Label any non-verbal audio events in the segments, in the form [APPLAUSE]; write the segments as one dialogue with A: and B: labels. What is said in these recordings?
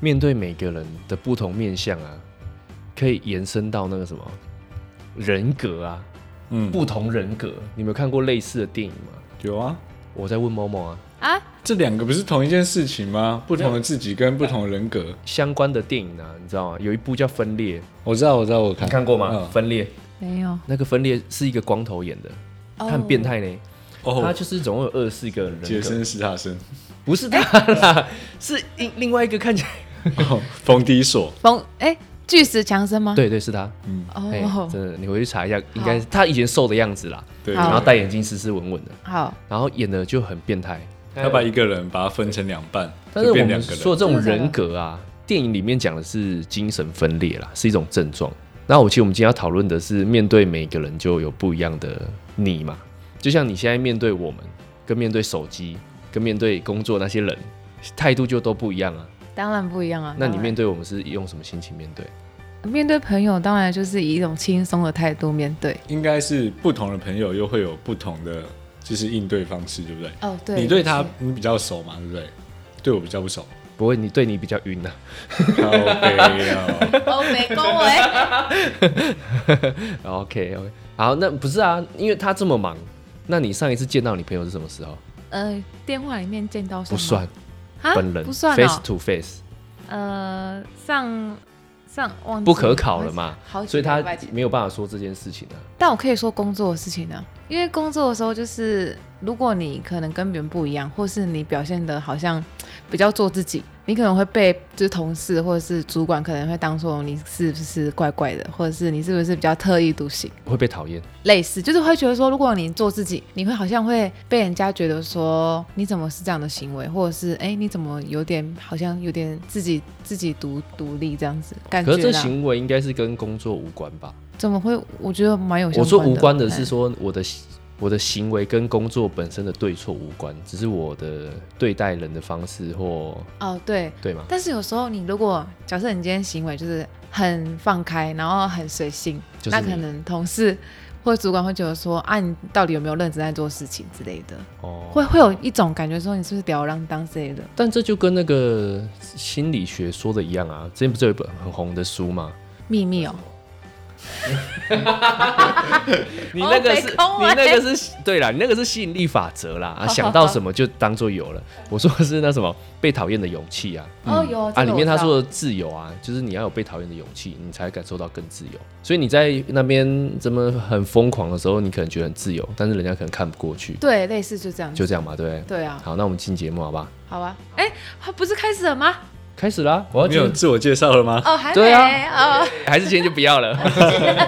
A: 面对每个人的不同面相啊，可以延伸到那个什么人格啊，
B: 嗯，
A: 不同人格。你们有看过类似的电影吗？
B: 有啊，
A: 我在问某某啊，
C: 啊，
B: 这两个不是同一件事情吗？不同的自己跟不同人格，
A: 相关的电影啊，你知道吗？有一部叫《分裂》，
B: 我知道，我知道，我
A: 你
B: 看
A: 看过吗？
B: 嗯
A: 分裂》
C: 没有，
A: 那个《分裂》是一个光头演的，
C: 哦
A: 他很变态呢。他
B: 哦，
A: 就是总共有二十四个人
B: 杰
A: 格，
B: 森·斯塔森，
A: 不是他啦，是另另外一个看起来，
B: 哦冯迪索，
C: 风哎，巨石强森吗？，
A: 对对是他，
B: 嗯，
A: 哎、
C: 啊哦，
A: 真的，你回去查一下，应该是他以前瘦的样子啦，
B: 对，
C: 好
A: 然后
B: 他
A: 戴眼镜，斯斯文文的，
C: 好，
A: 然后演的就很变态。
C: 嗯
B: 把一个人把它分成两半，
A: 但是
B: 就
A: 我
B: 变
A: 们
B: 两个人
A: 说的这种人格啊，电影里面讲的是精神分裂啦，是一种症状。那我其实我们今天要讨论的是，面对每个人就有不一样的你嘛。就像你现在面对我们，跟面对手机，跟面对工作那些人，态度就都不一样啊。
C: 当然不一样啊。
A: 那你
C: 当然
A: 面对我们是用什么心情面对？
C: 面对朋友，当然就是以一种轻松的态度面对。
B: 应该是不同的朋友又会有不同的就是应对方式，对不对？
C: 哦，对
B: 你对他你比较熟嘛，对不对？对我比较不熟。
A: 不会，你对你比较晕啊。 [LAUGHS]
B: 好，OK 哦
C: [LAUGHS] 哦，没恭维。
A: OK OK，好，那不是啊，因为他这么忙，那你上一次见到你朋友是什么时候？
C: [LAUGHS] 呃，电话里面见到什
A: 不
C: 么
A: 算，
C: 啊
A: 本人
C: 不算
A: f a c e
C: 哦。
A: to face，
C: 呃，上上忘记
A: 不可考了嘛
C: 好，几
A: 所以
C: 个
A: 他
C: 礼拜前
A: 没有办法说这件事情啊。
C: 但我可以说工作的事情呢、因为工作的时候，就是如果你可能跟别人不一样，或是你表现的好像比较做自己，你可能会被就是同事或者是主管可能会当做你是不是怪怪的，或者是你是不是比较特立独行，
A: 会被讨厌，
C: 类似就是会觉得说，如果你做自己，你会好像会被人家觉得说你怎么是这样的行为，或者是哎你怎么有点好像有点自己自己独独立这样子感觉
A: 可
C: 啦。
A: 是这行为应该是跟工作无关吧？
C: 怎么会？我觉得蛮有相
A: 我说
C: 关
A: 无关的
C: 哎
A: 是说我的我的行为跟工作本身的对错无关，只是我的对待人的方式或
C: 哦对。
A: 对吗？
C: 但是有时候你如果假设你今天行为就是很放开，然后很随性，
A: 就是
C: 那
A: 你
C: 可能同事或主管会觉得说啊，你到底有没有认真在做事情之类的，
A: 哦，
C: 会会有一种感觉说你是不是吊儿郎当之类的。
A: 但这就跟那个心理学说的一样啊，之前不是有一本很红的书吗？
C: 秘密哦，
A: 你那个是，
C: 哦北空
A: 你
C: 欸
A: 那个是，对啦，你那个是吸引力法则啦，
C: [LAUGHS]
A: 啊、想到什么就当做有了。我说的是那什么被讨厌的勇气啊，
C: 哦有
A: 啊，里面他
C: 这个我
A: 说的
C: 知道
A: 自由啊，就是你要有被讨厌的勇气，你才感受到更自由。所以你在那边怎么很疯狂的时候，你可能觉得很自由，但是人家可能看不过去，
C: 对，类似就这样子，
A: 就这样嘛，对不对？
C: 对啊，
A: 好，那我们进节目好吧？
C: 好吧，哎，他不是开始了吗？
A: 开始啦！我要
B: 你有
A: 进，
B: 自我介绍了吗？
C: 哦，还
A: 对
C: 没
A: 啊
C: 哦，
A: 还是今天就不要了。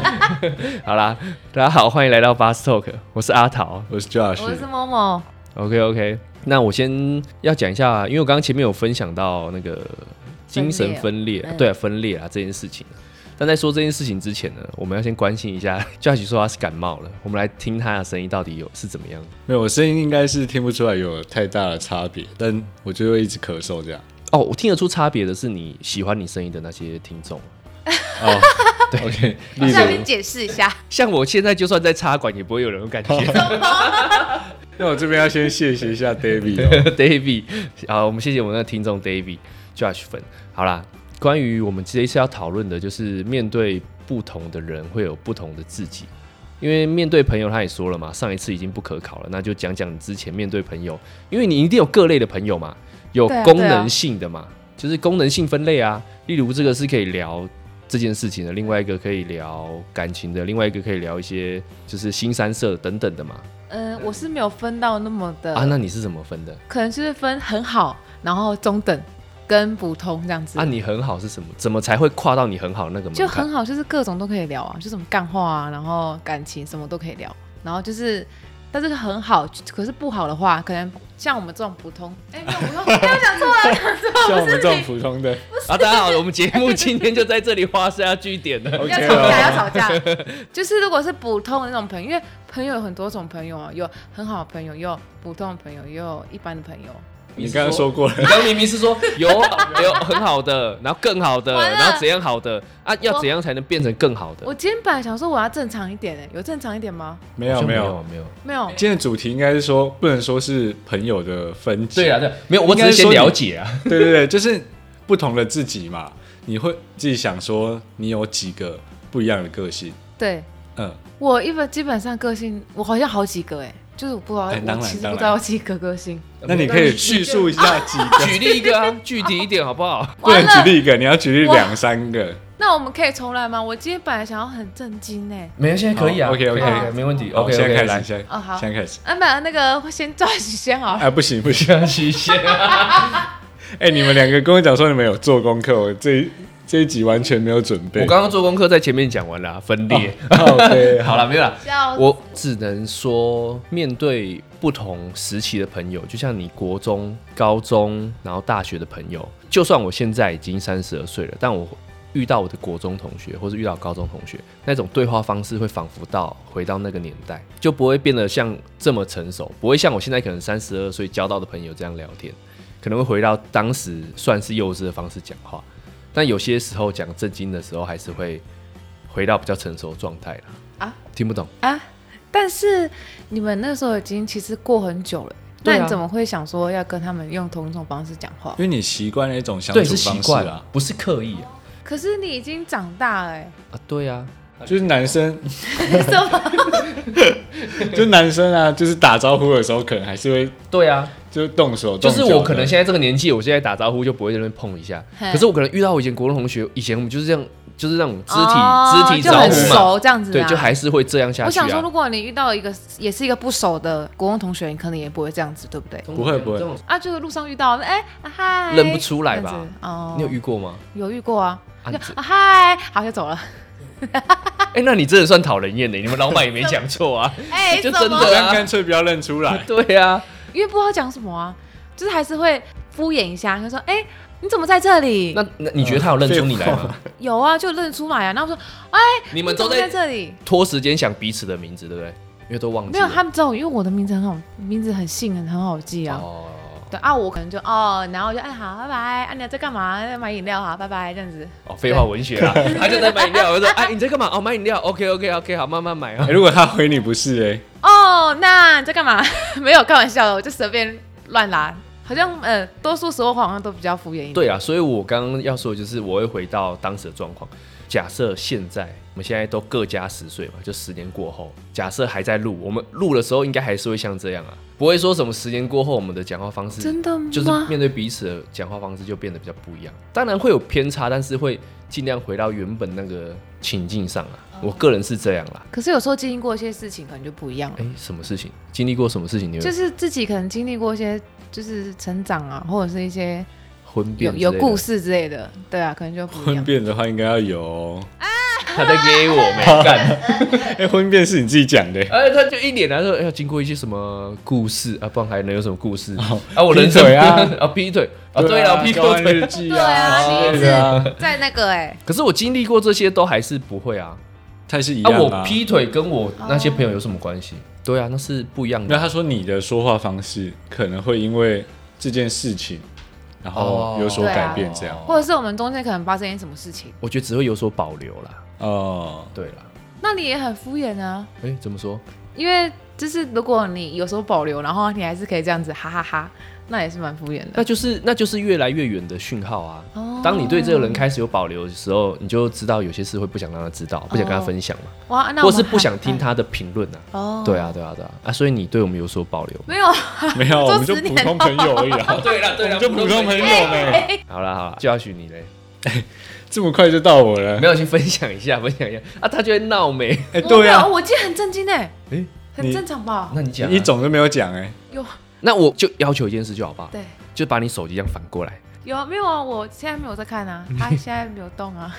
A: [LAUGHS] 好啦，大家好，欢迎来到 Bus Talk，我是阿桃。
B: 我是 Josh，
C: 我是某某，
A: OK OK，那我先要讲一下，因为我刚刚前面有分享到那个精神分裂，
C: 分裂嗯
A: 对、啊、分裂啊这件事情。但在说这件事情之前呢，我们要先关心一下 Josh 说他是感冒了，我们来听他的声音到底有是怎么样。
B: 没有，我声音应该是听不出来有太大的差别，但我就会一直咳嗽这样。
A: 哦，我听得出差别的是你喜欢你声音的那些听众，
B: [LAUGHS] 哦，对，OK，例
C: 那
B: 如
C: 你，解释一下，
A: 像我现在就算在插管也不会有人有感觉。
B: 那我这边要先谢谢一下 David，哦
A: [LAUGHS] David，好，我们谢谢我们的听众 David Josh 粉。好啦，关于我们这一次要讨论的，就是面对不同的人会有不同的自己。因为面对朋友，他也说了嘛，上一次已经不可考了，那就讲讲你之前面对朋友，因为你一定有各类的朋友嘛，有
C: 对啊
A: 功能性的嘛，就是功能性分类啊。例如这个是可以聊这件事情的，另外一个可以聊感情的，另外一个可以聊一些就是新三色等等的嘛。
C: 嗯，我是没有分到那么的
A: 啊，那你是怎么分的？
C: 可能就是分很好，然后中等跟普通这样子。
A: 啊，你很好是什么？怎么才会跨到你很好那个门槛？
C: 就很好，就是各种都可以聊啊，就什么干话啊，然后感情什么都可以聊，然后就是。但是很好，可是不好的话，可能像我们这种普通，哎、没有普通，哎、我讲错了，讲错了，
B: 像我们这种普通的
A: 啊！大家好，我们节目今天就在这里画下句点
C: [LAUGHS]
A: 了。
B: [LAUGHS]
C: 要
B: ，OK
C: 吵架，要
B: 哦，
C: 吵架。就是如果是普通的那种朋友，因为朋友有很多种朋友啊，有很好的朋友，也有普通的朋友，也有一般的朋友。
B: 你刚刚说过了，
A: 你刚明明是说有
C: [LAUGHS]
A: 有很好的，然后更好的，
C: 完了
A: 然后怎样好的啊？要怎样才能变成更好的？
C: 我今天本来想说我要正常一点、哎，有正常一点吗？
B: 没
A: 好
B: 有
A: 像
B: 没
A: 没
B: 有。
A: 没有。
C: 没有，
B: 今天的主题应该是说，不能说是朋友的分歧，
A: 对啊，对，没有，我只
B: 应该
A: 是
B: 是
A: 先
B: 说你
A: 了解啊。
B: 对对对，就是不同的自己嘛，你会自己想说你有几个不一样的个性，
C: 对
B: 嗯，
C: 我一般基本上个性，我好像好几个哎、就是我不知道，
B: 哎当然
C: 我其实
B: 当然
C: 不知道有几个个性。
B: 那你可以叙述一下几
A: [LAUGHS]
B: 个，
A: 举例一个啊，具体一点好不好？
B: 不能
C: [LAUGHS] 完了
B: 举例一个，你要举例
C: 哇
B: 两三个。
C: 那我们可以重来吗？我今天本来想要很震惊哎、
A: 没有，现在可以啊。
B: 好，OK，OK
A: 可以可以没问题。
B: 好
A: OK，
B: 现在开
A: 来
B: 始，，现在
C: 哦好
B: 现在开始。
C: 啊，把那个先抓起
A: [LAUGHS]
B: [LAUGHS]
C: 先好了。
B: 哎，不行不行，
A: 江西县。
B: [LAUGHS] 哎，你们两个跟我讲说你们有做功课，我这一这一集完全没有准备。
A: 我刚刚做功课在前面讲完了啊、分裂。
B: [LAUGHS] OK，
A: 哦好了，没有了。
C: 笑死
A: 我只能说，面对不同时期的朋友，就像你国中、高中，然后大学的朋友，就算我现在已经三十二岁了，但我遇到我的国中同学，或是遇到高中同学，那种对话方式会仿佛到回到那个年代，就不会变得像这么成熟，不会像我现在可能三十二岁交到的朋友这样聊天，可能会回到当时算是幼稚的方式讲话，但有些时候讲正经的时候，还是会回到比较成熟的状态啦。
C: 啊，
A: 听不懂。
C: 啊！但是你们那时候已经其实过很久了，
A: 对啊嗯
C: 那你怎么会想说要跟他们用同一种方式讲话
B: 因？为你习惯了一种相
A: 对，
B: 处
A: 是习
B: 方式
A: 惯
B: 啊，，
A: 不是刻意啊。
C: 可是你已经长大了、
A: [LAUGHS]
C: 欸，
A: 啊，对啊，
B: 就是男生，
C: 什 [LAUGHS] 么？
B: 就男生啊，就是打招呼的时候可能还是会
A: 对啊，
B: 就动手
A: 就
B: 动脚
A: 是
B: 的，
A: 我可能现在这个年纪，我现在打招呼就不会在那边碰一下，
C: 嘿
A: 可是我可能遇到我以前国中同学，以前我们就是这样，就是那种肢体、
C: 哦
A: 肢体
C: 就
A: 招
C: 很
A: 呼嘛，
C: 熟这样子、啊，
A: 对，就还是会这样下去、啊。
C: 我想说，如果你遇到一个也是一个不熟的国中同学，你可能也不会这样子，对不对？
A: 通常
B: 不会不会
A: 这种
C: 啊，就是路上遇到，哎、啊嗨，
A: 认不出来吧
C: 这样子哦，
A: 你有遇过吗？
C: 有遇过
A: [LAUGHS]
C: 啊？
A: 啊
C: 就
A: 这
C: 啊嗨，好，就走了。
A: 哎、那你真的算讨人厌的，你们老板也没讲错
B: [LAUGHS]
A: 啊。
C: 哎、
A: [LAUGHS] 就
C: 什
A: 真的
C: 么
B: 这样
A: 对啊。
B: 干脆不要认出来
A: [LAUGHS] 对啊，
C: 因为不知道讲什么啊，就是还是会敷衍一下，就说：“哎、你怎么在这里
A: 那那你觉得他有认出你来
B: 嗯废
A: 吗？？”
B: [LAUGHS]
C: 有啊，就认出来啊。然后说
A: 你们：“都
C: 你怎么在
A: 在
C: 这里
A: 拖时间想彼此的名字，对不对？因为都忘？”记
C: 没有，
A: 了。
C: 他们知道我，因为我的名字很好，名字很姓很很好记啊。
A: 哦，
C: 对啊，我可能就哦，然后我就哎好，拜拜。啊，你在干嘛？在买饮料啊，拜拜，这样子。
A: 哦，废话文学啦，他就在买饮料，我就说，哎，你在干嘛？哦，买饮料，OK OK OK，好，慢慢买啊
B: 哎。如果他回你不是哎、
C: 哦，那你在干嘛？ [LAUGHS] 没有开玩笑的，我就随便乱拉。好像呃，多数时候好像都比较敷衍一点。
A: [LAUGHS] 对啊，所以我刚刚要说的就是，我会回到当时的状况。假设现在我们现在都各加十岁嘛，就十年过后，假设还在录，我们录的时候应该还是会像这样啊，不会说什么十年过后我们的讲话方式
C: 真的吗？
A: 就是面对彼此的讲话方式就变得比较不一样。当然会有偏差，但是会尽量回到原本那个情境上啊。
C: 哦
A: 我个人是这样啦。
C: 可是有时候经历过一些事情，可能就不一样了。
A: 哎、什么事情？经历过什么事情？你
C: 就
A: 会
C: 是自己可能经历过一些，就是成长啊，或者是一些
A: 婚变
C: 有有
A: 之类的
C: 故事之类的，对啊，可能就不一
B: 婚
A: [LAUGHS]
C: 样。
B: 变的话应该要有、哦。
A: 他在给我没
B: [LAUGHS]
A: 干，
B: 哎、婚变是你自己讲的、
A: 哎，他就一脸来说，要经过一些什么故事啊，不然还能有什么故事
B: 哦
A: 啊？我人生
B: 劈
A: [LAUGHS]
B: 腿啊
A: 啊，劈腿啊，对了，劈过
B: 交换
A: 腿。
B: 日
A: [LAUGHS]
B: 记
C: 对啊，
B: 啊，
C: 你一
B: 对
C: 直
B: 啊，
C: 在那个哎、
A: 可是我经历过这些都还是不会啊。
B: 他是一
A: 啊，
B: 样的、
A: 我劈腿跟我
C: 哦
A: 那些朋友有什么关系？对啊，那是不一样
B: 那
A: 的。
B: 他说你的说话方式可能会因为这件事情，然后有所改变，这样
A: 哦
C: 或者是我们中间可能发生一些什么事情，
A: 我觉得只会有所保留啦。
B: 哦。
A: 对啦，
C: 那你也很敷衍啊，
A: 哎，怎么说？
C: 因为就是如果你有时候保留，然后你还是可以这样子哈哈哈那也是蛮敷衍
A: 那
C: 的。
A: 就是那就是越来越远的讯号啊。
C: 哦
A: 当你对这个人开始有保留的时候，你就知道有些事会不想让他知道，不想跟他
C: 哦
A: 分享嘛，
C: 哇，那我
A: 或
C: 们
A: 是不
C: 还
A: 想听他的评论啊。
C: 哦，。
A: 对啊，对啊，对啊，啊，所以你对我们有所保留
C: 没
A: [LAUGHS]
C: 有，啊
B: 没有，我们就
C: 做十
B: 普
C: 年
B: 通朋友而已 [LAUGHS] 啊。
A: 对了，对
B: 我们就普通朋友呢、
A: 好了好了，就要许你嘞，
B: 这么快就到我了
A: 没。有去分享一下，分享一下啊，他就会闹没。
B: 哎、
C: 我
B: 对
C: 没
B: 啊
C: 有，我今天很震惊哎、
A: 诶
C: 很
B: 你
C: 正常
A: [LAUGHS]
C: 吧？
A: 那你讲、啊、
B: 你一，种都没有讲哎、
C: 有
A: 那我就要求一件事就好吧，
C: 对。
A: 就把你手机这样反过来。
C: 有啊没有啊？我现在没有在看
A: [LAUGHS]
C: 啊，他现在没有动啊。。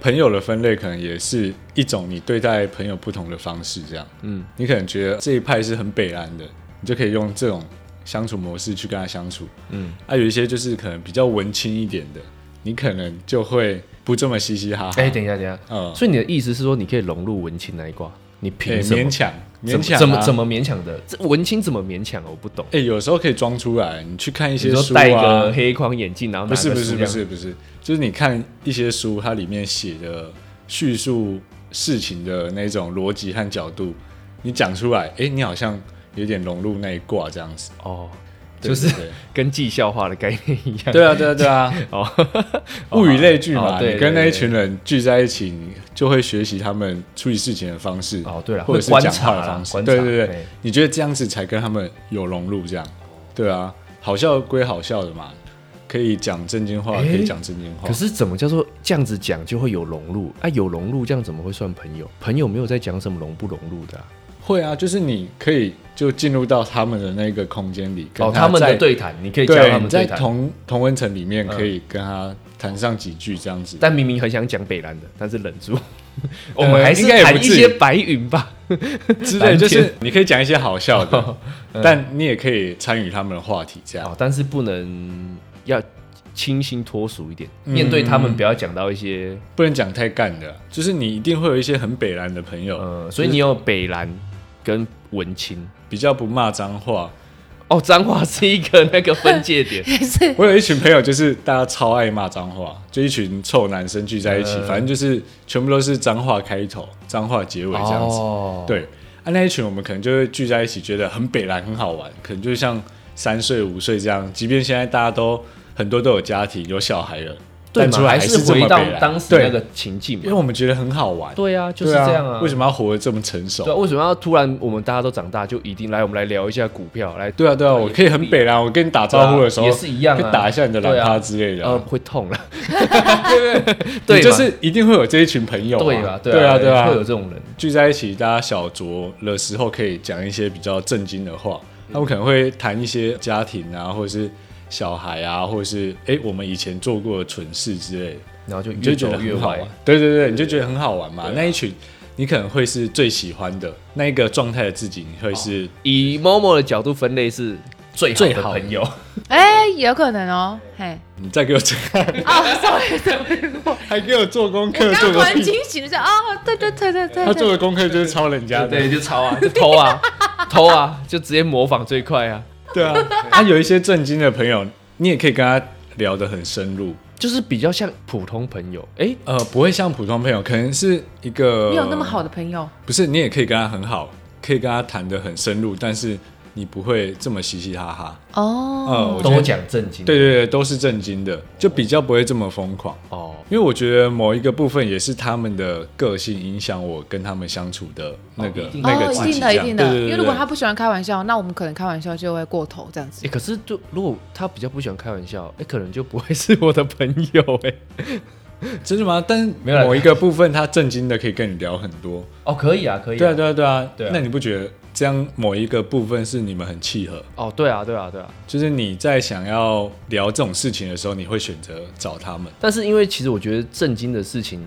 B: 朋友的分类可能也是一种你对待朋友不同的方式，这样。
A: 嗯，
B: 你可能觉得这一派是很北蓝的，你就可以用这种相处模式去跟他相处。
A: 嗯
B: 嗯，啊，有一些就是可能比较文青一点的，你可能就会不这么嘻嘻哈哈。
A: 哎、等一下，等一下，
B: 嗯，
A: 所以你的意思是说，你可以融入文青那一挂？你
B: 哎
A: 凭什么
B: 勉？强，
A: 怎
B: 勉
A: 么
B: 强、啊、
A: 怎么怎？么勉强的？这文青怎么勉强啊？我不懂。
B: 哎、有时候可以装出来，你去看一
A: 你
B: 些
A: 说
B: 书
A: 戴个
B: 啊，
A: 黑框眼镜，然后拿
B: 不
A: 个
B: 是不
A: 书
B: 是
A: 这
B: 不
A: 样
B: 是不是，就是你看一些书，它里面写的叙述事情的那种逻辑和角度，你讲出来，哎、你好像有点融入那一挂这样子。
A: 哦，
B: 对
A: 就是
B: 对
A: 跟绩效化的概念一 [LAUGHS] 样。
B: 对啊，对啊，对啊，
A: 哦，
B: 物以类聚嘛，
A: 哦对
B: 你跟那一
A: 对
B: 群。
A: 对对
B: 人聚在一起，你就会学习他们处理事情的方式，
A: 哦，对了，
B: 或者是
A: 会观
B: 讲话
A: 察
B: 的
A: 啦
B: 方式，
A: 观察
B: 对对对
A: 嘿，
B: 你觉得这样子才跟他们有融入，这样，对啊，好笑归好笑的嘛，可以讲正经话，
A: 诶
B: 可以讲正经话
A: 可，是怎么叫做这样子讲就会有融入？啊，有融入这样怎么会算朋友？朋友没有在讲什么融不融入的啊、
B: 会啊，就是你可以就进入到他们的那个空间里，跟
A: 哦，他们
B: 在
A: 的对谈，你可以加入
B: 对，
A: 他
B: 你
A: 们
B: 在
A: 对谈。嗯
B: 同同温层里面可以跟他谈上几句这样子，
A: 但明明很想讲北兰的，但是忍
B: [LAUGHS]
A: 住。呃我们还是
B: 应该也不
A: 谈一
B: 至于
A: 些白云吧。
B: 之类，
A: 蓝
B: 就
A: 嗯
B: 是你可以讲一些好
A: [LAUGHS]
B: 笑的，但你也可以参与他们的话题，这样
A: 哦，但是不能要清新脱俗一点，
B: 嗯
A: 面对他们不要讲到一些
B: 不能讲太干的，就是你一定会有一些很北蓝的朋友，
A: 呃，所以你有北兰跟文青。
B: 比较不骂脏话。
A: 哦，脏话是一个那个分界点
B: [LAUGHS]
C: 也是
B: 我有一群朋友，就是大家超爱骂脏话，就一群臭男生聚在一起，
A: 嗯
B: 反正就是全部都是脏话开头，脏话结尾这样子。
A: 哦，
B: 对，啊，那一群我们可能就会聚在一起，觉得很北蓝，很好玩，可能就像三岁、五岁这样。即便现在大家都很多都有家庭、有小孩了，
A: 对
B: 但
A: 嘛，
B: 出来
A: 还
B: 是
A: 是
B: 这
A: 回
B: 么
A: 到
B: 北蓝
A: 当时
B: 对
A: 那个情境
B: 因为
A: 嘛。
B: 我们觉得很好玩。
A: 对啊，就是
B: 对
A: 这样啊。
B: 为什
A: 么？
B: 么要活得这么成熟？
A: 对啊，为什么要突然我们大家都长大就一定来？我们来聊一下股票，来
B: 对啊，对啊，
A: 对
B: 我可以很北蓝，我跟你打招呼的时候
A: 对啊也是一样啊
B: 可以打一下你的
A: 对
B: 懒
A: 啊
B: 趴之类的
A: 呃
B: 啊。
A: 会痛了，
B: 你
A: [LAUGHS] 对
B: 就
A: 嘛
B: 是一定会有这一群朋友啊，
A: 对吧？
B: 对
A: 啊，
B: 啊，对啊
A: 会有这种人。
B: 聚在一起，大家小酌的时候可以讲一些比较震惊的话，
A: 嗯
B: 他们可能会谈一些家庭啊，或者是小孩啊，或者是哎、诶我们以前做过的蠢事之类的，
A: 然后就
B: 你就
A: 越
B: 觉
A: 走
B: 得
A: 越
B: 很好
A: 歪
B: 玩。。对对对，你就觉得很好玩
A: 啊
B: 嘛。那一群你可能会是最喜欢的那一个状态的自己，你会是
A: 以某某的角度分类是最好
B: 最
A: 的
B: 好的
A: 朋友，
C: 哎，有可能哦，嘿，
B: 你再给我这样，
C: 哦，sorry，sorry，我
B: [LAUGHS] 还给我做 [LAUGHS] 功课
C: 刚
B: 做
C: 刚突
B: 个
C: 然
B: 屁。
C: 惊醒一下，哦，对对对对对
B: 他做
C: 对，
B: 的功课就是抄人家的，
A: [LAUGHS] 对，就抄啊，就偷 [LAUGHS] 啊，偷啊，就直接模仿最快啊，
B: 对 [LAUGHS] 啊。他有一些震惊的朋友，你也可以跟他聊得很深入，
A: 就是比较像普通朋友。哎，
B: 呃，不会像普通朋友，可能是一个
C: 你有那么好的朋友，
B: 不是你也可以跟他很好，可以跟他谈得很深入，但是你不会这么嘻嘻哈哈。嗯
C: 哦
B: 我觉得
A: 多讲正经，
B: 对对对，都是正经的，就比较不会这么疯狂。
A: 哦，
B: 因为我觉得某一个部分也是他们的个性影响我跟他们相处的那个、
A: 哦一定
B: 那个
C: 哦，
B: 自
C: 一
B: 己
C: 定
B: 这样，
C: 的，一定
B: 对
C: 的，
B: 对对
C: 因为如果
B: 对
C: 他不喜欢开玩笑，那我们可能开玩笑就会过头这样子
A: 哎，。可是就如果他比较不喜欢开玩笑，哎，可能就不会是我的朋友哎。
B: 真的吗？但是
A: 没有啦
B: 某一个部分他正经的可以跟你聊很多，
A: 哦，可以啊，可以。
B: 对啊对啊对啊，
A: 对啊
B: 那你不觉得这样某一个部分是你们很契合？
A: 哦，对啊，对啊，对啊。
B: 就是你在想要聊这种事情的时候，你会选择找他们。
A: 但是因为其实我觉得震惊的事情，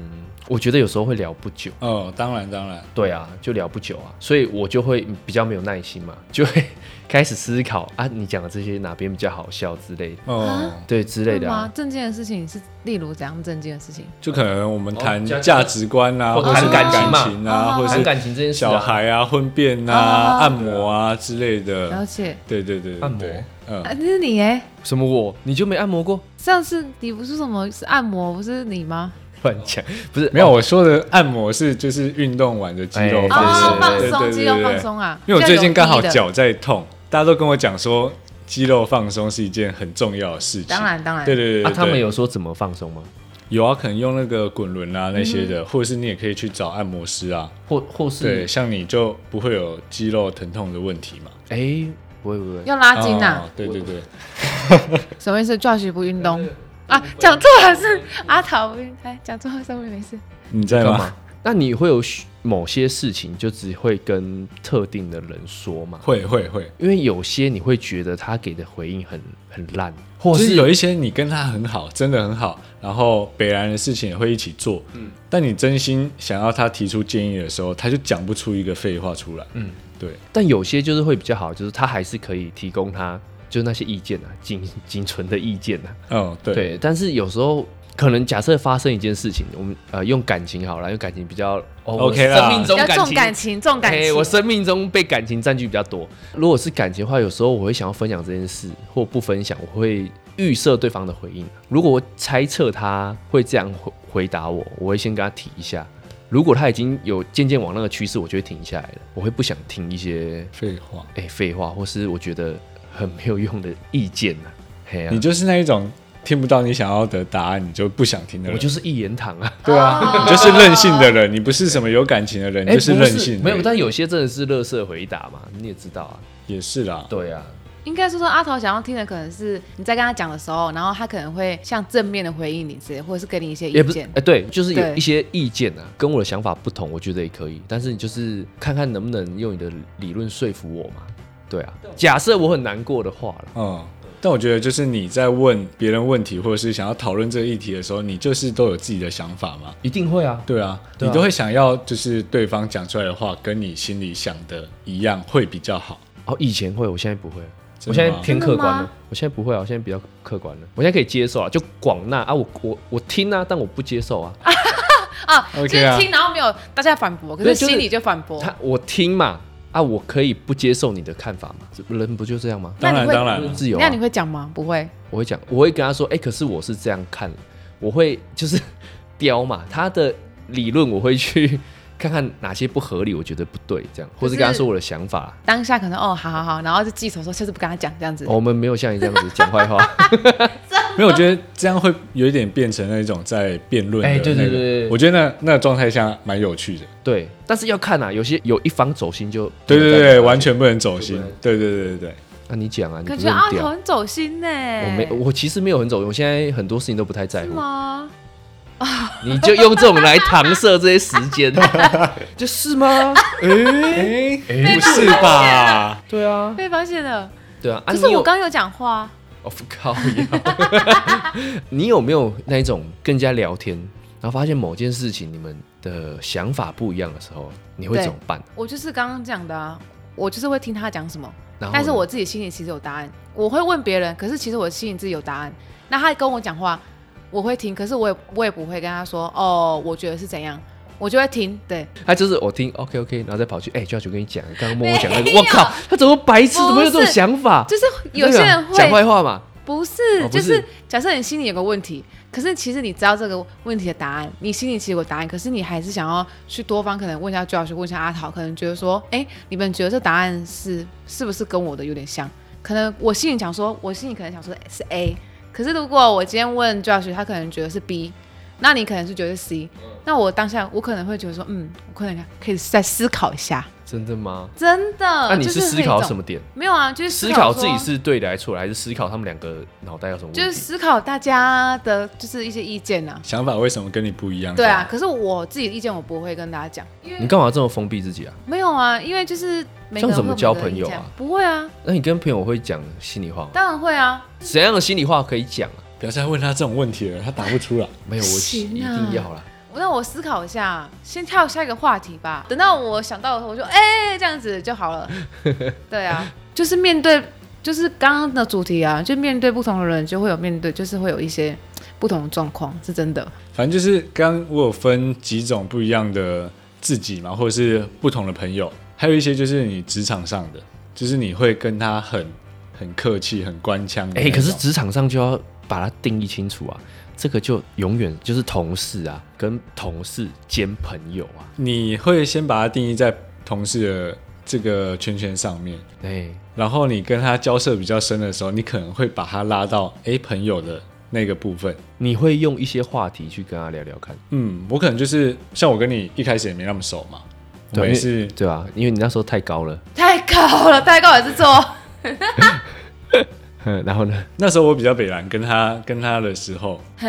A: 我觉得有时候会聊不久。
B: 哦，当然当然，
A: 对啊，就聊不久啊，所以我就会比较没有耐心嘛， [LAUGHS] 就会开始思考啊，你讲的这些哪边比较好笑之类的，
B: 哦，
A: 对之类的、
C: 吗
A: 啊？，
C: 正经的事情是，例如怎样正经的事情？
B: 就可能我们谈
A: 哦价值
B: 价值观啊，
A: 或
B: 或者是
C: 谈感
B: 感
A: 情嘛
B: 情啊，
C: 哦
B: 或者
A: 谈
B: 是
A: 感情这件事、啊，
B: 小孩啊、婚变啊、
C: 哦
B: 按摩啊之类
C: 了
B: 的。
C: 解
B: 对对对，对
A: 按摩
B: 对
C: 啊，
B: 嗯，
C: 那是你哎，
A: 什么我你就没按摩过？
C: 上次你不是什么是按摩，不是你吗？
A: 乱讲，不是啊
B: 没有，我说的按摩是就是运动完的肌肉
A: 哎
B: 放松
C: 哦，
A: 对，
C: 放
B: 对
C: 松，
B: 对
C: 肌
B: 对
C: 肉
B: 对
C: 放
B: 对
C: 松啊，
B: 因为我最近刚好
C: 比较有意义
B: 脚
C: 的，
B: 在痛，大家都跟我讲说肌肉放松是一件很重要的事情。
C: 当，然当然，
B: 对对对
A: 啊，
B: 对，
A: 他们
B: 对
A: 有说怎么放松吗？
B: 有啊，可能用那个滚轮啊那些
C: 嗯
B: 的，或者是你也可以去找按摩师啊。
A: 或或
B: 对，
A: 是
B: 像你就不会有肌肉疼痛的问题嘛。
A: 哎、不会不会，
C: 要拉筋呐
B: 哦，对对对，
C: 什么意思？Josh 不运动啊？讲错了是阿桃不运，哎，讲错了，sorry，没事。
B: 你在
A: 干
B: 吗？
A: 嘛？那你会有许某些事情就只会跟特定的人说嘛？
B: 会会会，
A: 因为有些你会觉得他给的回应很很烂，
B: 就
A: 或
B: 是
A: 是
B: 有一些你跟他很好，真的很好，然后北兰的事情也会一起做，嗯，但你真心想要他提出建议的时候，他就讲不出一个废话出来，嗯，对，
A: 但有些就是会比较好，就是他还是可以提供他就是那些意见啊，仅仅存的意见啊。
B: 嗯，对，
A: 对，但是有时候可能假设发生一件事情，我们呃用感情好了，用感情比较、哦、我
B: OK 啦
A: 生命中
C: 要
A: 感
C: 重
A: 情。
C: 感情，重感
A: 嘿
C: 情。
A: 我生命中被感情占据比较多。如果是感情的话，有时候我会想要分享这件事，或不分享，我会预设对方的回应。如果我猜测他会这样回回答我，我会先跟他提一下。如果他已经有渐渐往那个趋势，我就会停下来了。我会不想听一些
B: 废话，
A: 哎废话，或是我觉得很没有用的意见呢、嘿啊呀、
B: 你就是那一种听不到你想要的答案，你就不想听的人。
A: 我就是一言堂啊。
B: 对
C: 哦
B: 啊，你就是任性的人，你不是什么有感情的人，你
A: 哎，
B: 就是
A: 不
B: 任性。
A: 没有，但有些真的是乐色回答嘛，你也知道啊。
B: 也是啦。
A: 对啊，
C: 应该说说阿桃想要听的可能是你在跟他讲的时候，然后他可能会像正面的回应你之类，或者是给你一些
A: 也
C: 意
A: 不是，哎
C: 见、。
A: 对，就是有
C: 对
A: 一些意见啊，跟我的想法不同，我觉得也可以。但是你就是看看能不能用你的理论说服我嘛。对啊，假设我很难过的话了，
B: 嗯，但我觉得就是你在问别人问题，或者是想要讨论这个议题的时候，你就是都有自己的想法嘛。
A: 一定会啊。
B: 对啊，
A: 对啊
B: 你都会想要就是对方讲出来的话跟你心里想的一样，会比较好。
A: 哦，以前会，我现在不会了。我
B: 真
A: 现
B: 的吗
A: 在偏客观
C: 真的
A: 了
C: 吗，
A: 我现在不会啊，我现在比较客观了，我现在可以接受啊，就广纳啊，我我我听啊，但我不接受啊，
C: 啊，就
B: OK
C: 是
B: 啊
C: 听然后没有大家反驳，可
A: 对
C: 是
A: 就是
C: 心里就反驳。
A: 他我听嘛，啊，我可以不接受你的看法嘛，人不就这样吗？
C: 那
B: 当
C: 你
B: 然
C: 会嗯
B: 当然
A: 人
B: 了，
A: 自由、啊，
C: 那你会讲吗？不会，
A: 我会讲，我会跟他说，哎、可是我是这样看，我会就是 [LAUGHS] 刁嘛，他的理论我会去 [LAUGHS] 看看哪些不合理，我觉得不对，这样，或是跟他说我的想法。
C: 当下可能哦，好好好，然后就记仇说下次不跟他讲这样子。
A: 哦我们没有像你这样子讲坏话，
B: 没有，我觉得这样会有一点变成那种在辩论的、
A: [LAUGHS]
B: 那
A: 哎
B: 个
A: 对对对对对
B: 我觉得那那个状态下蛮有趣的。
A: 对，但是要看啊，有些有一方走心就
B: 对对对，完
A: 全。
B: 全不能走心。对对对对对，
A: 那、你讲啊，你不
C: 感
A: 是
C: 觉
A: 很
C: 阿桃
A: 屌？
C: 很走心呢。
A: 我
C: 我
A: 没，我其实没有很走心，我现在很多事情都不太在
C: 哎是
A: 乎。
C: 吗？
A: 你就用这种来 [LAUGHS] 搪塞这些时间， [LAUGHS] 就是吗？
B: 哎、不是 [LAUGHS] 吧？
A: 对啊，
C: 被发现了。
A: 对啊。啊
C: 可是
A: 你有
C: 我刚有讲话，
A: 哦，靠腰！ [LAUGHS] 你有没有那一种跟人家聊天，然后发现某件事情你们的想法不一样的时候，你会
C: 对
A: 怎么办？
C: 我就是刚刚讲的啊，我就是会听他讲什么，
A: 然后呢，
C: 但是我自己心里其实有答案。我会问别人，可是其实我心里自己有答案。那他跟我讲话，我会听，可是我也我也不会跟他说哦，我觉得是怎样，我就会听。对，
A: 他就是我听 OK OK，然后再跑去哎，就要去跟你讲，刚刚默默讲那
C: [LAUGHS] 没
A: 个，
C: 有
A: 我靠，他怎么白痴，怎么会有这种
C: 不是
A: 想法？
C: 就是有些人
A: 啊讲
C: 会
A: 坏话嘛，
C: 不是，
A: 哦不
C: 就是是假设你心里有个问题，可是其实你知道这个问题的答案，你心里其实有个答案，可是你还是想要去多方可能问一下 Josh，问一下阿桃，可能觉得说，哎、你们觉得这答案是是不是跟我的有点像？可能我心里想说，我心里可能想说是 A，可是如果我今天问 Josh，他可能觉得是 B，那你可能是觉得
A: 嗯
C: 是 C，那我当下我可能会觉得说，嗯，我可能可以再思考一下，
A: 真的吗？
C: 真的。
A: 那你
C: 呃就是
A: 思考什
C: 么？
A: 么点？
C: 没有啊，就是
A: 思考自
C: 说
A: 己是对的还是错的，还是思考他们两个脑袋有什么问
C: 就是
A: 题？
C: 思考大家的，就是一些意见呐、
B: 想法为什么跟你不一样？
C: 对啊，，可是我自己的意见我不会跟大家讲，因
A: 你
C: 为
A: 干嘛这么封闭自己啊？
C: 没有啊，因为就是每
A: 这
C: 个人
A: 样怎
C: 会
A: 么
C: 有
A: 交
C: 每个人
A: 朋友啊
C: 意见？不会啊，
A: 那你跟朋友会讲心里话吗？
C: 当然会啊。
A: 怎样的心里话可以讲啊？
B: 不要再问他这种问题了，他答不出来。
A: 没有，我一
C: 行啊
A: 定要啦。
C: 那我思考一下，先跳下一个话题吧。等到我想到的时候，我就哎、这样子就好
A: [LAUGHS]
C: 了。对啊，就是面对，就是刚刚的主题啊，就面对不同的人，就会有面对，就是会有一些不同的状况，是真的。
B: 反正就是刚我有分几种不一样的自己嘛，或者是不同的朋友，还有一些就是你职场上的，就是你会跟他很很客气、很官腔的
A: 哎、
B: 那种。
A: 可是职场上就要把它定义清楚啊，这个就永远就是同事啊，跟同事兼朋友啊，
B: 你会先把它定义在同事的这个圈圈上面，
A: 哎、
B: 然后你跟他交涉比较深的时候，你可能会把他拉到哎朋友的那个部分。
A: 你会用一些话题去跟他聊聊看，
B: 嗯，我可能就是像我跟你一开始也没那么熟嘛，我们
A: 因为
B: 也是
A: 对吧、因为你那时候太高了， [LAUGHS]
C: 太高了，太高也是错。
A: 哼然后呢，
B: [LAUGHS] 那时候我比较北蓝，跟他跟他的时候，
C: 哼，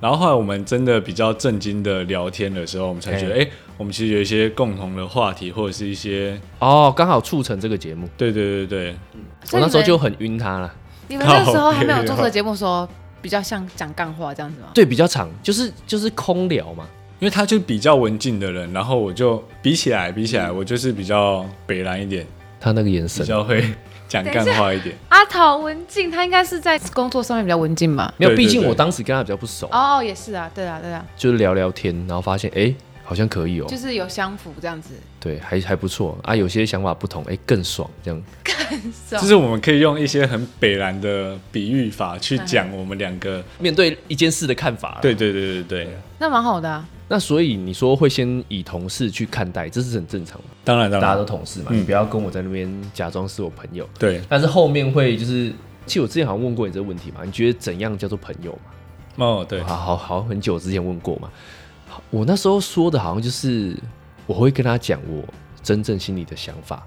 B: 然后后来我们真的比较正经的聊天的时候，我们才觉得，哎、我们其实有一些共同的话题，或者是一些，
A: 哦，刚好促成这个节目，
B: 对对对对，
A: 我
C: 所以
A: 那
C: 你
A: 时候
C: 们
A: 就很晕他了。
C: 你们那
B: 靠
C: 时候还没有
B: 背
C: 做这个
B: 哦
C: 节目的时候，比较像讲干话这样子吗？
A: 对，比较长，就是就是空聊嘛。
B: 因为他就比较文静的人，然后我就比起来比起来，我就是比较北蓝一点，
A: 他那个眼
B: 比
A: 神，
B: 较会讲干话一点，
C: 阿桃文静，她应该是在工作上面比较文静吧？
A: 没有，
B: 对对
A: 毕竟
B: 对
A: 我当时跟他比较不熟，
C: 哦，也是啊，对啊，对啊，
A: 就是聊聊天，然后发现哎、好像可以哦、
C: 就是有相符这样子，
A: 对，还还不错啊。有些想法不同，哎、更爽这样。
C: 是哦
B: 就是我们可以用一些很北蓝的比喻法去讲我们两个，
A: 面对一件事的看法啦。
B: 对对对对对，
C: 那蛮好的啊。
A: 那所以你说会先以同事去看待，这是很正常的，
B: 当然，当
A: 大家都
B: 然，
A: 同事嘛，
B: 嗯
A: 你不要跟我在那边假装是我朋友。
B: 对，
A: 但是后面会就是，其实我之前好像问过你这个问题嘛，你觉得怎样叫做朋友嘛？啊
B: 哦，对，
A: 好好好，很久之前问过嘛。好我那时候说的好像就是，我会跟他讲我真正心里的想法，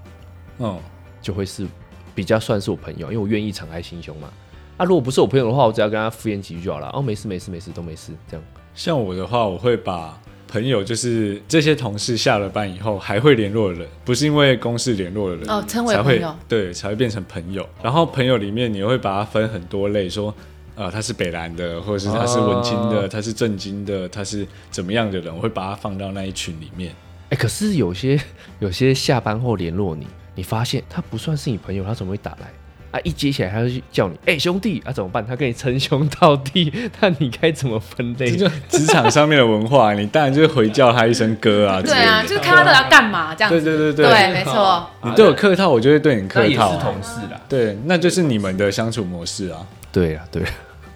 B: 嗯，
A: 就会是比较算是我朋友，因为我愿意敞开心胸嘛。啊，如果不是我朋友的话，我只要跟他敷衍几句就好了。哦，没事没事没事，都没事，这样。
B: 像我的话，我会把朋友，就是这些同事下了班以后还会联络的人，不是因为公事联络的人
C: 哦称为
B: 才会
C: 朋友
B: 对，才会变成朋友。然后朋友里面你会把它分很多类，说。呃，他是北兰的，或者是他是文青的，
A: 哦
B: 他是正经的，他是怎么样的人，我会把他放到那一群里面。
A: 哎、可是有些有些下班后联络你，你发现他不算是你朋友，他怎么会打来？啊，一接起来他就去叫你，哎、兄弟，啊怎么办？他跟你称兄道弟， [LAUGHS] 那你该怎么分类
B: 这？就职场上面的文化，你当然就是回叫他一声哥啊。
C: 对啊，
B: 之
C: 就
B: 类
C: 是
B: 的
C: 看他到底要干嘛这样
B: 对
C: 子。
B: 对对哦
C: 对没错
B: 你对我客套，我就会对你客套啊、
A: 事啦。
B: 对，那就是你们的相处模式啊。
A: 对啊，对啊。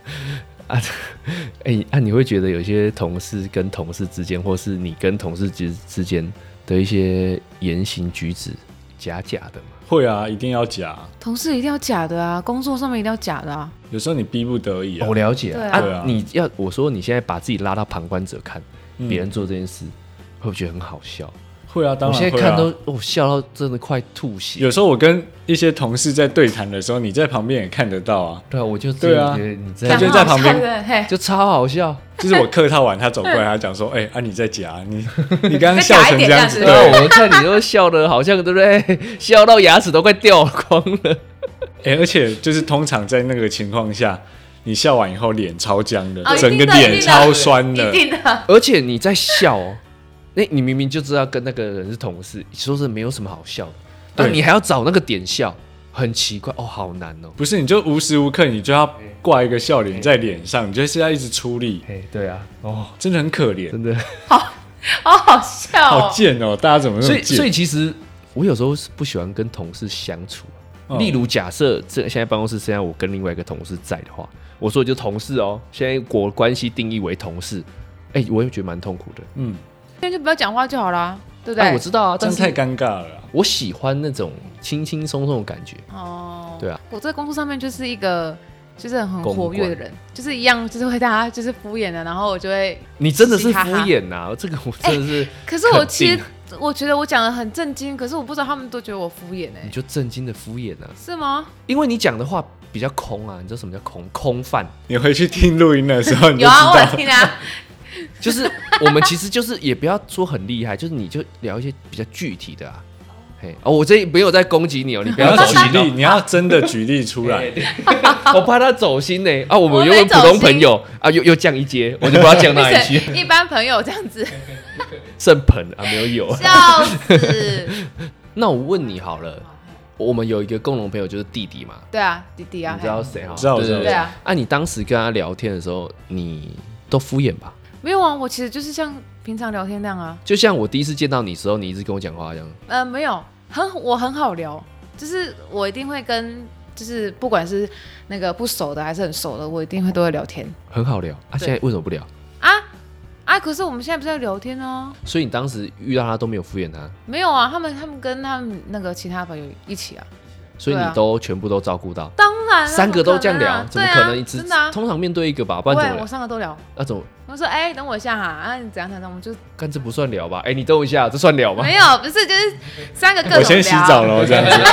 A: [LAUGHS] 啊，哎、啊，你会觉得有些同事跟同事之间，或是你跟同事之之间的一些言行举止，假假的吗？
B: 会啊，一定要假。
C: 同事一定要假的啊，工作上面一定要假的啊。
B: 有时候你逼不得已啊。
A: 我了解
C: 对
A: 啊，
C: 啊
B: 对啊
A: 你要我说你现在把自己拉到旁观者看
B: 嗯
A: 别、人做这件事，会不会觉得很好笑？
B: 会啊，当
A: 我
B: 然、会
A: 现在
B: 啊
A: 看都我、笑到真的快吐血。
B: 有时候我跟一些同事在对谈的时候，你在旁边也看得到啊。
A: 对啊，我就自己
B: 对啊
A: 觉得你在
B: 他就在旁
C: [LAUGHS]
B: 边
C: 讲话好笑的嘿，
A: 就超好笑。
B: 就是我客套完，他走过来，他讲说：“哎、啊，你在假，
C: [LAUGHS]
B: 你你刚刚笑成这样子，
C: 再假一点
A: 对
B: 对，
C: 这样子哦
A: 啊，我看你都笑的，好像对不对？ [LAUGHS] 笑到牙齿都快掉光了。
B: 哎、而且就是通常在那个情况下，你笑完以后脸超僵的，
C: 哦一定
B: 整
C: 的
B: 个
C: 一
B: 脸
C: 定的
B: 超酸
C: 一
B: 的，
C: 定的， [LAUGHS]
A: 而且你在笑、哦，那你明明就知道跟那个人是同事，说是没有什么好笑的，
B: 对
A: 但你还要找那个点笑，很奇怪哦，好难哦。
B: 不是？你就无时无刻你就要挂一个笑脸在脸上，你就是要一直出力，
A: 哎，对啊，哦，
B: 真的很可怜，
A: 真的。
C: 好好笑
B: 好
C: 哦。
B: 贱哦！大家怎么那
A: 所
B: 么
A: 以，所以
B: 贱？
A: 其实我有时候是不喜欢跟同事相处。
B: 嗯
A: 例如，假设这现在办公室现在我跟另外一个同事在的话，我说就同事哦，现在我关系定义为同事，哎、我也觉得蛮痛苦的。
B: 嗯，
C: 那就不要讲话就好啦，对不
A: 但
C: 对
A: 我？知道啊，
B: 这
A: 但
B: 样太
A: 是
B: 尴尬了啊、
A: 我喜欢那种轻轻松松的感觉。
C: 哦，
A: 对啊，
C: 我在工作上面就是一个就是很
A: 公
C: 活跃的人，就是一样，就是会大家就是敷衍的，然后我就会，
A: 你真的是
C: 嘻
A: 敷
C: 哈哈
A: 衍呐、这个我真的
C: [LAUGHS]
A: 是，
C: 可是我
B: 肯定
C: 其实我觉得我讲的很震惊，可是我不知道他们都觉得我敷衍哎、
A: 你就震惊的敷衍呐、啊
C: 是吗？
A: 因为你讲的话比较空啊，你知道什么叫空空泛？
B: 你回去听录音的时候，你就
C: 有
B: 知
C: 啊，我
B: 道
C: 有听啊，
A: 就是我们其实就是也不要说很厉害，就是你就聊一些比较具体的啊。嘿，哦，我这没有在攻击你哦，你不
B: 你要
A: 走
B: 举
A: 心哦
B: 例，你要真的举例出来。
A: 我怕他走心呢、啊，我
C: 我
A: 们
C: 没
A: 原本普通朋友啊，又又降一阶，我就不知道降 [LAUGHS] 哪
C: [LAUGHS]
A: 一句，
C: 一般朋友这样子，
A: 剩盆啊，没有有。
C: 笑死。
A: 那我问你好了，我们有一个共同朋友就是弟弟嘛，
C: 对啊，弟弟啊，
A: 你知道谁哈？
B: 知道
A: 对对
B: 知道
C: 对啊，
A: 啊，你当时跟他聊天的时候，你都敷衍吧？
C: 嘿没有啊，我其实就是像平常聊天那样啊，
A: 就像我第一次见到你的时候，你一直跟我讲话一样。
C: 呃，没有，很我很好聊，就是我一定会跟，就是不管是那个不熟的还是很熟的，我一定会都会聊天
A: 很好聊啊，
C: 对
A: 现在为什么不聊？
C: 啊啊！可是我们现在不是在聊天哦、
A: 所以你当时遇到他都没有敷衍他，
C: 没有啊，他们他们跟他们那个其他朋友一起啊，
A: 所以你
C: 对啊
A: 都全部都照顾到，
C: 当然啊、
A: 三个都这样聊，怎
C: 怎么
A: 么
C: 可
A: 可
C: 能
A: 能
C: 啊对
A: 一
C: 啊
A: 直？
C: 真的啊，
A: 通常面对一个吧，不然怎么
C: 对，我
A: 聊？
C: 三个都聊。
A: 那怎么？
C: 我说，哎、等我一下哈，啊，你怎样怎样，我们就
A: 干这不算聊吧？哎、你等我一下，这算聊吗？
C: 没有，不是，就是三个各种聊。
B: 我先洗澡了，这样子。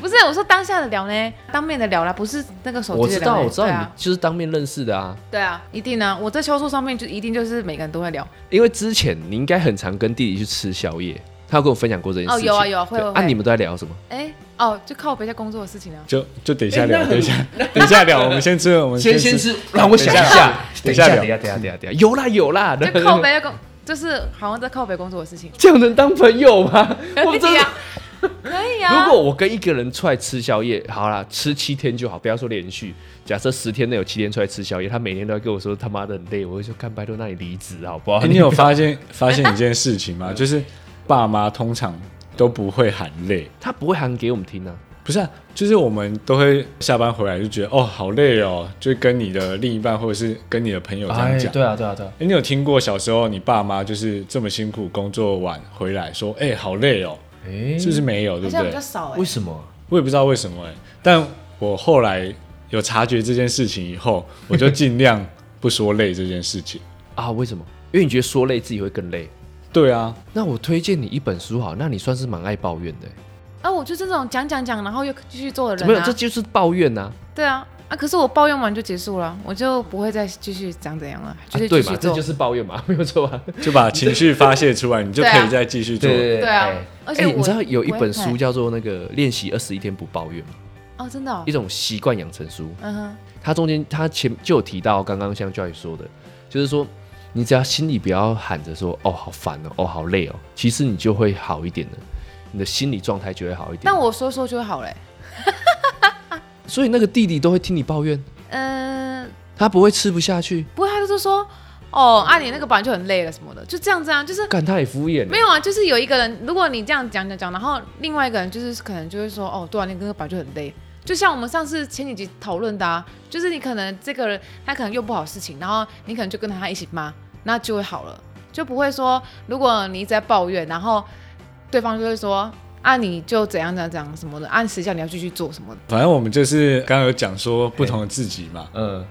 C: 不是，我说当下的聊呢，当面的聊啦，不是那个手
A: 我
C: 机
A: 知
C: 的聊
A: 道，
C: 呢。
A: 我知道，
C: 对
A: 你
C: 啊，
A: 就是当面认识的啊。
C: 对啊，一定啊。我在销售上面就一定就是每个人都会聊。
A: 因为之前你应该很常跟弟弟去吃宵夜，他有跟我分享过这件事
C: 哦，
A: 情。
C: 有啊有啊，会
A: 对
C: 会
A: 啊，你
C: 会。
A: 们都在聊什么？
C: 哎，哦，就靠我一下工作的事
A: [LAUGHS]
C: 情啊。
B: 就就等一下聊，等一下， [LAUGHS] 等一下聊，我们先吃，我们先。
A: 吃，让我想一下。
B: 等
A: 等一
B: 一下
A: 下，
B: 聊
A: 等一下，等一下，等一下，等一下，有啦有啦，
C: 就靠北在工，就是好像在靠北工作的事情。
A: [LAUGHS] 这样能当朋友吗？
C: [LAUGHS] 可
A: 哦我真
C: 以
A: 的
C: 啊，可以啊。
A: 如果我跟一个人出来吃宵夜，好啦，吃七天就好，不要说连续。假设十天内有七天出来吃宵夜，他每天都要跟我说他妈的很累，我会说干拜托，那你离职好不好？
B: 哎你有发现发现一件事情吗？就是爸妈通常都不会喊累，
A: 他不会喊给我们听啊，
B: 不是啊，就是我们都会下班回来就觉得哦好累哦，就跟你的另一半或者是跟你的朋友这样讲。
A: 对啊，对啊，对啊，
B: 哎、你有听过小时候你爸妈就是这么辛苦工作完回来说，哎、好累哦，
A: 哎，
B: 是不是没有，
C: 嗯好
B: 对不
C: 像
B: 对
C: 比较？少哎、
A: 为什么？
B: 我也不知道为什么哎、但我后来有察觉这件事情以后，我就尽量不说累这件事情。 [LAUGHS]
A: 啊，为什么？因为你觉得说累自己会更累。
B: 对啊，
A: 那我推荐你一本书好，那你算是蛮爱抱怨的欸、
C: 啊，我就这种讲讲讲，然后又继续做的
A: 没
C: 人
A: 有，
C: 啊
A: 这，就是抱怨呐、
C: 对啊啊，可是我抱怨完就结束了，我就不会再继续讲怎样了，
A: 啊
C: 就，是
A: 对
C: 继
A: 嘛
C: 续，
A: 这
C: 做。
A: 就是抱怨嘛， [LAUGHS] 没有错啊吧？
B: 就把情绪发泄出来，你就
C: 对
B: 可
C: 啊
B: 以再继续做。
A: 对
C: 对啊
A: 哎
C: 而且
A: 哎
C: 我
A: 你知道有一
C: 我
A: 本
C: 也看
A: 书叫做那个《练习二十一天不抱怨》吗？
C: 哦，真的、哦
A: 一，种习惯养成书，
C: 嗯哼，
A: 它中间它前就有提到，刚刚像 Joy 说的，就是说你只要心里不要喊着说哦好烦哦，哦好累哦，其实你就会好一点的，你的心理状态就会好一点
C: 但。我说说就好嘞、欸
A: 所以那个弟弟都会听你抱怨，
C: 嗯、
A: 他不会吃不下去，
C: 不过他就是说，哦，啊，你那个本来就很累了什么的，就这样子啊，就是
A: 干他也敷衍欸，
C: 没有啊，就是有一个人，如果你这样讲讲讲，然后另外一个人就是可能就会说，哦，对啊，你那个本来就很累。就像我们上次前几集讨论的啊，就是你可能这个人他可能又不好事情，然后你可能就跟他一起骂，那就会好了，就不会说如果你一直在抱怨，然后对方就会说啊你就怎样怎样怎样什么的，按实际上你要继续做什么的。
B: 反正我们就是刚刚有讲说不同的自己嘛，
A: 嗯，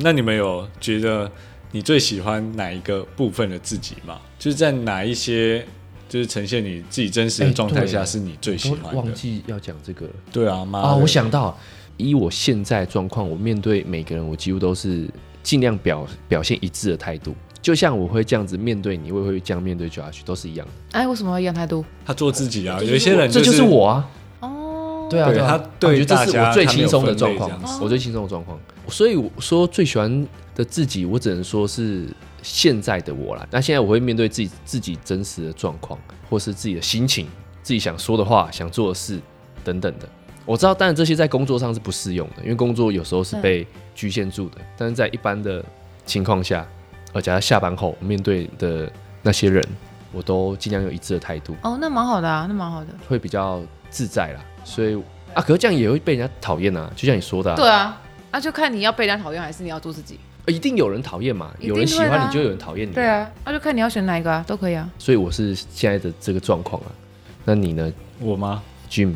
B: 那你们有觉得你最喜欢哪一个部分的自己吗？就是在哪一些就是呈现你自己真实的状态下
A: 哎对
B: 是你最喜
A: 我
B: 欢
A: 都
B: 的
A: 忘？记要讲这个了
B: 对啊，妈的
A: 啊！我想到，以我现在状况，我面对每个人，我几乎都是尽量表表现一致的态度。就像我会这样子面对你，我也会这样面对 Josh，都是一样的。
C: 哎，为什么要一样态度？
B: 他做自己啊，有一些人
A: 这就是我啊，
C: 哦，
A: 对啊，
B: 对
A: 啊
B: 他
A: 啊
B: 对
A: 我觉得
B: 大
A: 这是
B: 家
A: 我最
B: 他没有
A: 轻松的
B: 分
A: 状
B: 类这样
A: 况，
B: 子
A: 我最轻松的状况。所以我说最喜欢的自己，我只能说是现在的我啦。那现在我会面对自己自己真实的状况，或是自己的心情、自己想说的话、想做的事等等的。我知道，当然这些在工作上是不适用的，因为工作有时候是被局限住的。但是在一般的情况下，而且下班后面对的那些人，我都尽量有一致的态度。
C: 哦，那蛮好的啊，那蛮好的。
A: 会比较自在啦，所以啊，可是这样也会被人家讨厌啊，就像你说的、啊，
C: 对啊，那、就看你要被人家讨厌还是你要做自己。
A: 呃一定有人讨厌嘛，
C: 一定
A: 有人喜
C: 会的
A: 欢
C: 啊
A: 你就有人讨厌你，
C: 对，啊，那、就看你要选哪一个啊，都可以啊。
A: 所以我是现在的这个状况啊，那你呢
B: 我吗？ [LAUGHS]
A: ，Jim？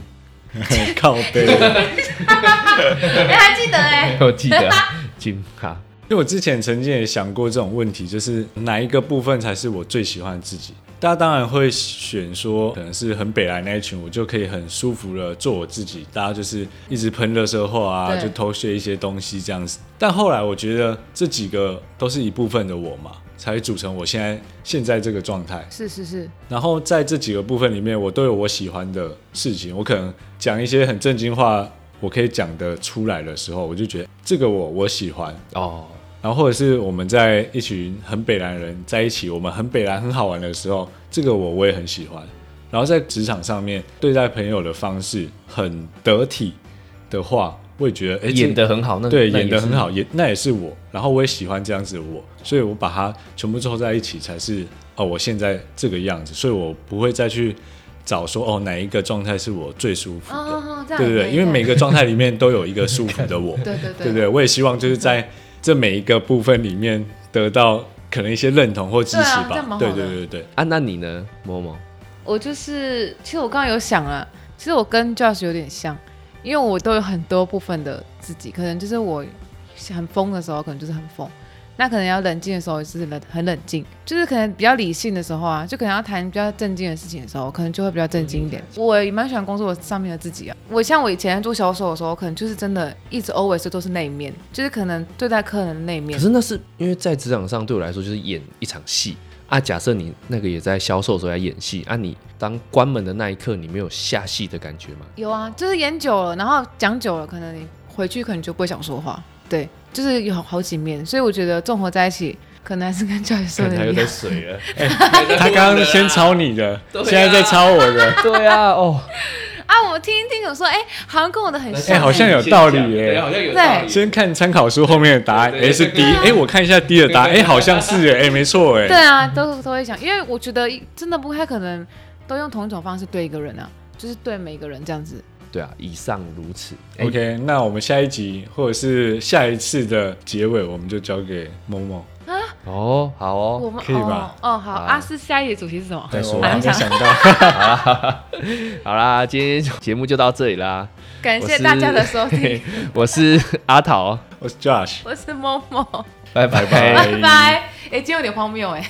B: 靠背。
C: [LAUGHS] 哎、还记得哎、
A: [LAUGHS] 我记得 [LAUGHS] Jim 哈，
B: 因为我之前曾经也想过这种问题，就是哪一个部分才是我最喜欢的自己？大家当然会选说，可能是很北来那一群，我就可以很舒服的做我自己。大家就是一直喷热色话啊，
C: 对
B: 就偷学一些东西这样子。但后来我觉得这几个都是一部分的我嘛，才组成我现在现在这个状态。
C: 是是是，
B: 然后在这几个部分里面，我都有我喜欢的事情。我可能讲一些很正经话，我可以讲得出来的时候，我就觉得这个我我喜欢。
A: 哦，
B: 然后或者是我们在一群很北南人在一起，我们很北南很好玩的时候，这个我我也很喜欢。然后在职场上面对待朋友的方式很得体的话，我也觉得哎，这
A: 演的很好，那
B: 对
A: 那
B: 演
A: 也
B: 的
A: 是
B: 很好，也那也是我。然后我也喜欢这样子的我，所以我把它全部凑在一起才是哦，我现在这个样子，所以我不会再去找说哦哪一个状态是我最舒服
C: 哦
B: 的，
C: 哦，这样
B: 对对
C: 可
B: 对，
C: 以
B: 因为每
C: 这
B: 个状态里面都有一个舒服的我。
C: 样对对嗯
B: 对不对？我也希望就是在这每一个部分里面得到可能一些认同或支持
C: 对啊这样
B: 吧。
C: 蛮好
B: 对
C: 的
B: 对对
A: [LAUGHS]
B: 对，
A: 啊，那你呢，某某？
C: 我就是，其实我刚刚有想啊，其实我跟 Josh 有点像，因为我都有很多部分的自己，可能就是我很疯的时候，可能就是很疯。那可能要冷静的时候，就是冷很冷静，就是可能比较理性的时候啊，就可能要谈比较正经的事情的时候，可能就会比较正经一点。
B: 嗯
C: 我也蛮喜欢工作上面的自己啊。我像我以前做销售的时候，可能就是真的一直 always 都是那一面，就是可能对待客人的那一
A: 可
C: 面。
A: 是那是因为在职场上对我来说就是演一场戏啊。假设你那个也在销售的时候在演戏啊，你当关门的那一刻，你没有下戏的感觉吗？
C: 有啊，就是演久了，然后讲久了，可能你回去可能就不会想说话。对，就是有好几面，所以我觉得综合在一起，可能还是跟教育
B: [LAUGHS]
C: 说的一样。
A: 水了，啊
B: 他刚刚先抄你的，现在在抄我
C: [LAUGHS]
B: 的，
A: 对啊，哦，
C: 啊，我听一听，我说，哎、好像跟我的很像、
B: 哎好像有道理耶
A: 对好像有
C: 对
B: 先看参考书后面的答案，
A: 对对
B: 哎是 D，
A: 对
B: 哎我看一下 D 的答案，哎好像是哎，哎没错
C: 对
B: 哎，
C: 啊，都都会想，因为我觉得一真的不太可能都用同一种方式对一个人啊，就是对每一个人这样子。
A: 对啊，以上如此。哎
B: OK，那我们下一集或者是下一次的结尾，我们就交给某某。
A: 哦，好
C: 我
A: 哦，
C: 们
B: 可以吧
C: 哦哦好
A: 好
C: 啊，是下一节主题是什么？
A: 再说
B: [LAUGHS] 我
A: 吧
B: 还没想到。
A: 好啦，今天节目就到这里 [LAUGHS] 啦。
C: 感
A: 我
C: 谢
A: 是
C: 大家的收听，
A: 我是阿桃，
B: 我是 Josh， [LAUGHS]
C: 我是某某，
A: 拜拜
B: 拜
C: 拜拜。哎，今天有点荒谬哎。